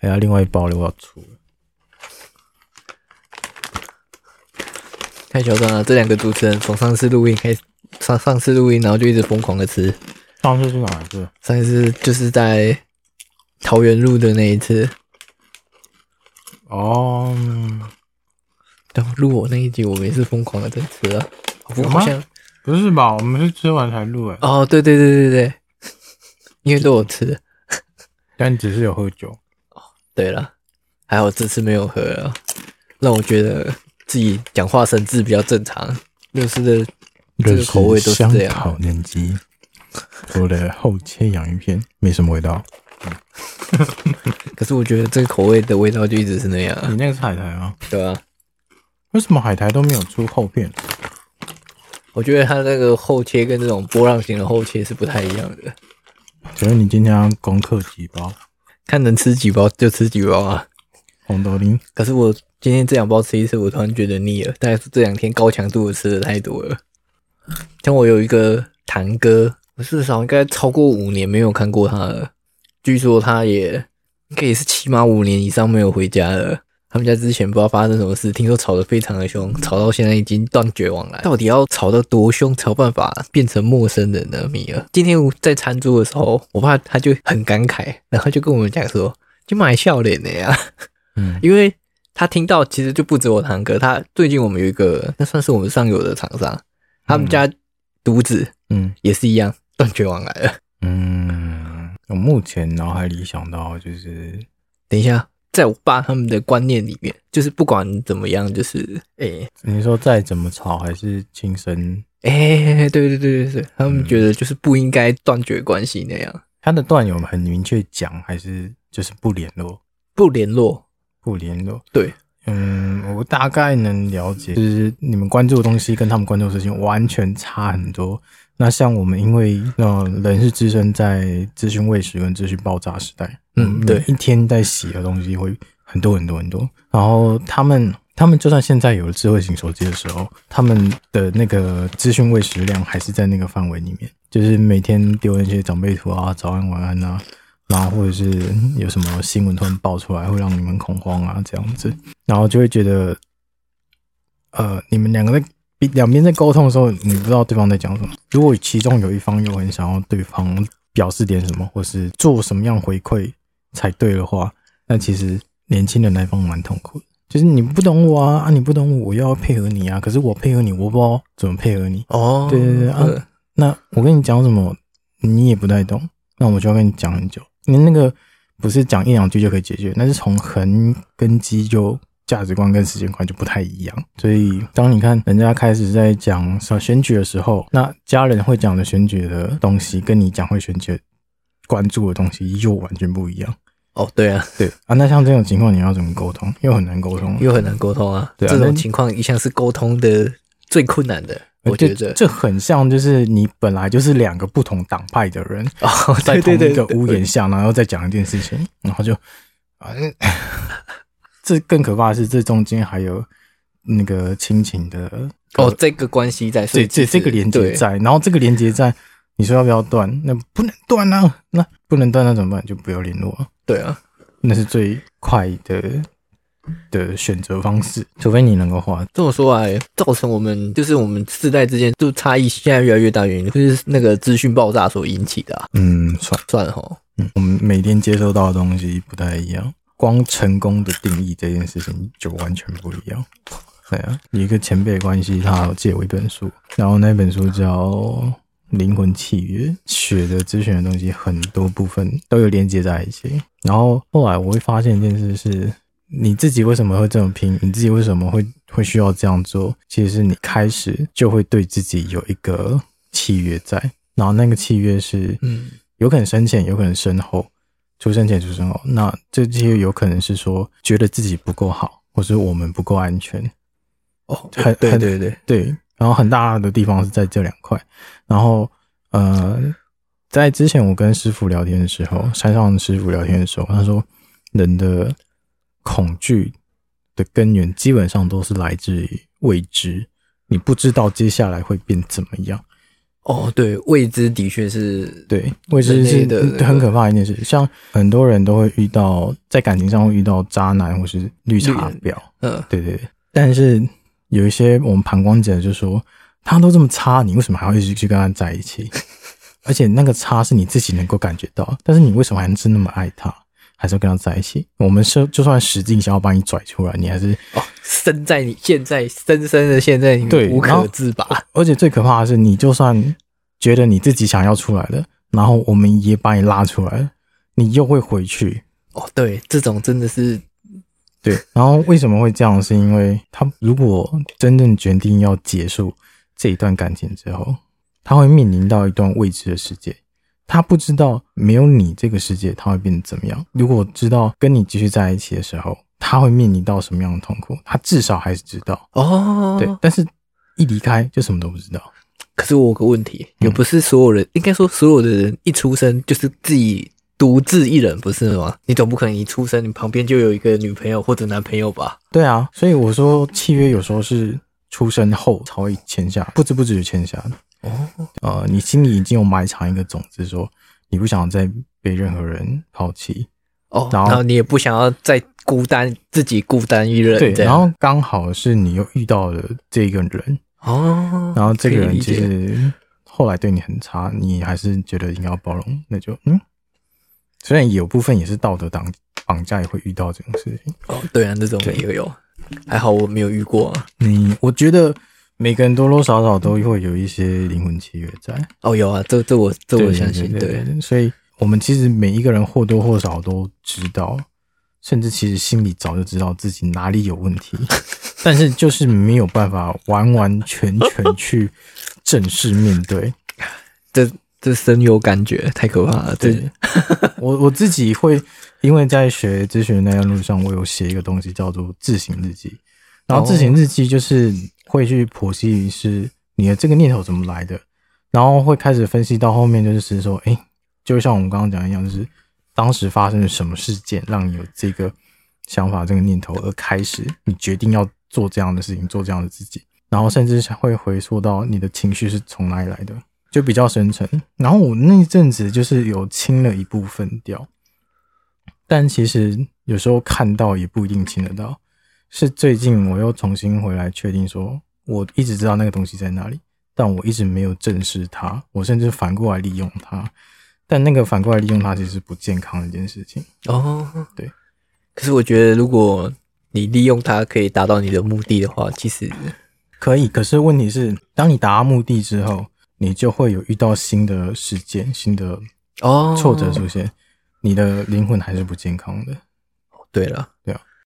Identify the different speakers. Speaker 1: 哎呀，另外一包留到出了。
Speaker 2: 太嚣张了！这两个主持人从上次录音开始，上上次录音，然后就一直疯狂的吃。
Speaker 1: 上次是哪一个？
Speaker 2: 上一次就是在桃园路的那一次，
Speaker 1: 哦，嗯
Speaker 2: 对，录我那一集，我们也是疯狂的在吃啊。
Speaker 1: 有吗
Speaker 2: 好像
Speaker 1: 不是吧？我们是吃完才录哎，
Speaker 2: 哦，对对对对对，因为都有吃。
Speaker 1: 但只是有喝酒。
Speaker 2: 对了，还好这次没有喝了，让我觉得自己讲话神智比较正常。六四的这个口味都是
Speaker 1: 香
Speaker 2: 这样
Speaker 1: 烤年鸡，我的厚切洋芋片没什么味道。
Speaker 2: 可是我觉得这个口味的味道就一直是那样啊，
Speaker 1: 你那个是海苔吗？
Speaker 2: 对吧、
Speaker 1: 为什么海苔都没有出厚片？
Speaker 2: 我觉得它那个后切跟这种波浪形的后切是不太一样的，
Speaker 1: 请问你今天要攻克几包
Speaker 2: 看能吃几包就吃几包啊。
Speaker 1: 红豆丁？
Speaker 2: 可是我今天这两包吃一次，我突然觉得腻了，大概是这两天高强度的吃的太多了。像我有一个堂哥，我至少应该超过五年没有看过他了，据说他也应该也是起码五年以上没有回家了。他们家之前不知道发生什么事，听说吵得非常的凶，吵到现在已经断绝往来。到底要吵得多凶，才有办法变成陌生人呢？米儿，今天我在餐桌的时候，我爸他就很感慨，然后就跟我们讲说，就买笑脸的呀。
Speaker 1: 嗯，
Speaker 2: 因为他听到其实就不止我堂哥，他最近我们有一个，那算是我们上游的厂商，他们家独子
Speaker 1: 嗯
Speaker 2: 也是一样断绝往来了。
Speaker 1: 嗯，我目前脑海里想到就是
Speaker 2: 等一下，在我爸他们的观念里面，就是不管怎么样，就是诶
Speaker 1: 你说再怎么吵还是亲生，
Speaker 2: 诶、哎对对对对对，他们觉得就是不应该断绝关系那样，
Speaker 1: 他的段友很明确讲，还是就是不联络，
Speaker 2: 不联络。
Speaker 1: 不联络。
Speaker 2: 对，
Speaker 1: 嗯，我大概能了解，就是你们关注的东西跟他们关注的事情完全差很多。那像我们，因为呃，人是置身在资讯喂食跟资讯爆炸时代，
Speaker 2: 嗯对
Speaker 1: 一天在洗的东西会很多很多很多。然后他们，他们就算现在有了智慧型手机的时候，他们的那个资讯喂食量还是在那个范围里面，就是每天丢那些长辈图啊、早安晚安啊，然后或者是有什么新闻突然爆出来，会让你们恐慌啊，这样子，然后就会觉得，呃，你们两个在比两边在沟通的时候，你不知道对方在讲什么。如果其中有一方又很想要对方表示点什么，或是做什么样回馈才对的话，那其实年轻的那一方蛮痛苦的。就是你不懂我啊，啊你不懂我，我要配合你啊，可是我配合你，我不知道怎么配合你。
Speaker 2: 哦
Speaker 1: 对对对啊
Speaker 2: 呃
Speaker 1: 那我跟你讲什么，你也不太懂，那我就要跟你讲很久。你那个不是讲一两句就可以解决，那是从横跟基就价值观跟时间观就不太一样。所以当你看人家开始在讲什么选举的时候，那家人会讲的选举的东西，跟你讲会选举关注的东西又完全不一样。
Speaker 2: 哦对啊，
Speaker 1: 对啊，那像这种情况你要怎么沟通？又很难沟通，
Speaker 2: 又很难沟通啊。
Speaker 1: 对啊
Speaker 2: 这
Speaker 1: 那
Speaker 2: 种情况一向是沟通的最困难的，我觉
Speaker 1: 这
Speaker 2: 得。
Speaker 1: 这很像就是你本来就是两个不同党派的人，
Speaker 2: 哦，
Speaker 1: 在同
Speaker 2: 对对对
Speaker 1: 一个屋檐下，然后再讲一件事情，然后就啊，嗯 这更可怕的是，这中间还有那个亲情的
Speaker 2: 哦，这个关系在，所
Speaker 1: 这
Speaker 2: 以
Speaker 1: 这
Speaker 2: 其实
Speaker 1: 这个连接
Speaker 2: 对
Speaker 1: 在，然后这个连接在，你说要不要断？那不能断啊，那不能断，那怎么办？就不要联络啊，
Speaker 2: 对啊，
Speaker 1: 那是最快的的选择方式，除非你能够化
Speaker 2: 这么说来，造成我们就是我们世代之间就差异现在越来越大，原因就是那个资讯爆炸所引起的、啊。
Speaker 1: 嗯算。
Speaker 2: 算了吼，
Speaker 1: 嗯，我们每天接收到的东西不太一样，光成功的定义这件事情就完全不一样。对啊，有一个前辈的关系，他有借我一本书，然后那本书叫《灵魂契约》，学的咨询的东西很多部分都有连接在一起。然后后来我会发现一件事是，你自己为什么会这么拼，你自己为什么会会需要这样做，其实是你开始就会对自己有一个契约在，然后那个契约是，
Speaker 2: 嗯，
Speaker 1: 有可能深浅，有可能深厚，出生前出生后，那这些有可能是说觉得自己不够好，或是我们不够安全，
Speaker 2: 哦，
Speaker 1: 很
Speaker 2: 对
Speaker 1: 很
Speaker 2: 对对，
Speaker 1: 对，然后很大的地方是在这两块。然后呃，在之前我跟师傅聊天的时候，山上的师傅聊天的时候，他说人的恐惧的根源基本上都是来自于未知，你不知道接下来会变怎么样。
Speaker 2: 哦，对，未知的确是
Speaker 1: 对，我觉得是
Speaker 2: 人类的那个
Speaker 1: 很可怕的一件事。像很多人都会遇到，在感情上会遇到渣男或是绿茶婊，
Speaker 2: 嗯，
Speaker 1: 对对对。但是有一些我们旁观者就说，他都这么差，你为什么还要一直去跟他在一起？ 而且那个差是你自己能够感觉到，但是你为什么还是那么爱他，还是要跟他在一起？我们是就算使劲想要把你拽出来，你还是
Speaker 2: 哦，深在你现在深深的现在你
Speaker 1: 对
Speaker 2: 无
Speaker 1: 然后
Speaker 2: 可自拔，
Speaker 1: 而且最可怕的是，你就算觉得你自己想要出来了，然后我们也把你拉出来了，你又会回去。
Speaker 2: 哦，对，这种真的是
Speaker 1: 对，然后为什么会这样？是因为他如果真正决定要结束这一段感情之后，他会面临到一段未知的世界，他不知道没有你这个世界他会变得怎么样。如果知道跟你继续在一起的时候，他会面临到什么样的痛苦，他至少还是知道。
Speaker 2: 哦，
Speaker 1: 对，但是一离开就什么都不知道。
Speaker 2: 可是我有个问题，也不是所有人，应该说所有的人一出生就是自己独自一人，不是吗？你总不可能一出生你旁边就有一个女朋友或者男朋友吧？
Speaker 1: 对啊，所以我说契约有时候是出生后才会签下，不知不觉就签下的。
Speaker 2: 哦，
Speaker 1: 呃，你心里已经有埋藏一个种子说，你不想再被任何人抛弃。
Speaker 2: 哦，
Speaker 1: 然
Speaker 2: 然
Speaker 1: 后
Speaker 2: 后你也不想要再孤单，自己孤单一人
Speaker 1: 对，
Speaker 2: 这样。
Speaker 1: 然后刚好是你又遇到了这个人，
Speaker 2: 哦，
Speaker 1: 然后这个
Speaker 2: 可以
Speaker 1: 人
Speaker 2: 理
Speaker 1: 其
Speaker 2: 解
Speaker 1: 实后来对你很差，你还是觉得应该要包容，那就嗯。虽然有部分也是道德绑绑架也会遇到这种事情，
Speaker 2: 哦，对啊，这种
Speaker 1: 对
Speaker 2: 也有，还好我没有遇过、啊。
Speaker 1: 你我觉得每个人多多少少都会有一些灵魂契约在。
Speaker 2: 哦，有啊，这这我这
Speaker 1: 对
Speaker 2: 我
Speaker 1: 对
Speaker 2: 相
Speaker 1: 对
Speaker 2: 信，
Speaker 1: 对
Speaker 2: 对，
Speaker 1: 对所以我们其实每一个人或多或少都知道，甚至其实心里早就知道自己哪里有问 题，但是就是没有办法完完全全 去正式面对。
Speaker 2: 这这深有感觉，太可怕了。对，，
Speaker 1: 我我自己会，因为在学咨询的那段路上，我有写一个东西叫做自省日记，然后自省日记就是会去剖析是你的这个念头怎么来的，然后会开始分析到后面就是说，哎、就像我们刚刚讲的一样，就是当时发生了什么事件让你有这个想法、这个念头，而开始你决定要做这样的事情，做这样的自己，然后甚至会回溯到你的情绪是从哪里来的，就比较深层。然后我那一阵子就是有清了一部分掉，但其实有时候看到也不一定清得到。是最近我又重新回来确定说，我一直知道那个东西在哪里，但我一直没有正视它，我甚至反过来利用它。但那个反过来利用它，其实是不健康的一件事情。
Speaker 2: 哦，
Speaker 1: 对。
Speaker 2: 可是我觉得，如果你利用它可以达到你的目的的话，其实
Speaker 1: 可以，可是问题是，当你达到目的之后，你就会有遇到新的事件、新的
Speaker 2: 哦，
Speaker 1: 挫折出现，你的灵魂还是不健康的。
Speaker 2: 对了，
Speaker 1: 对啊，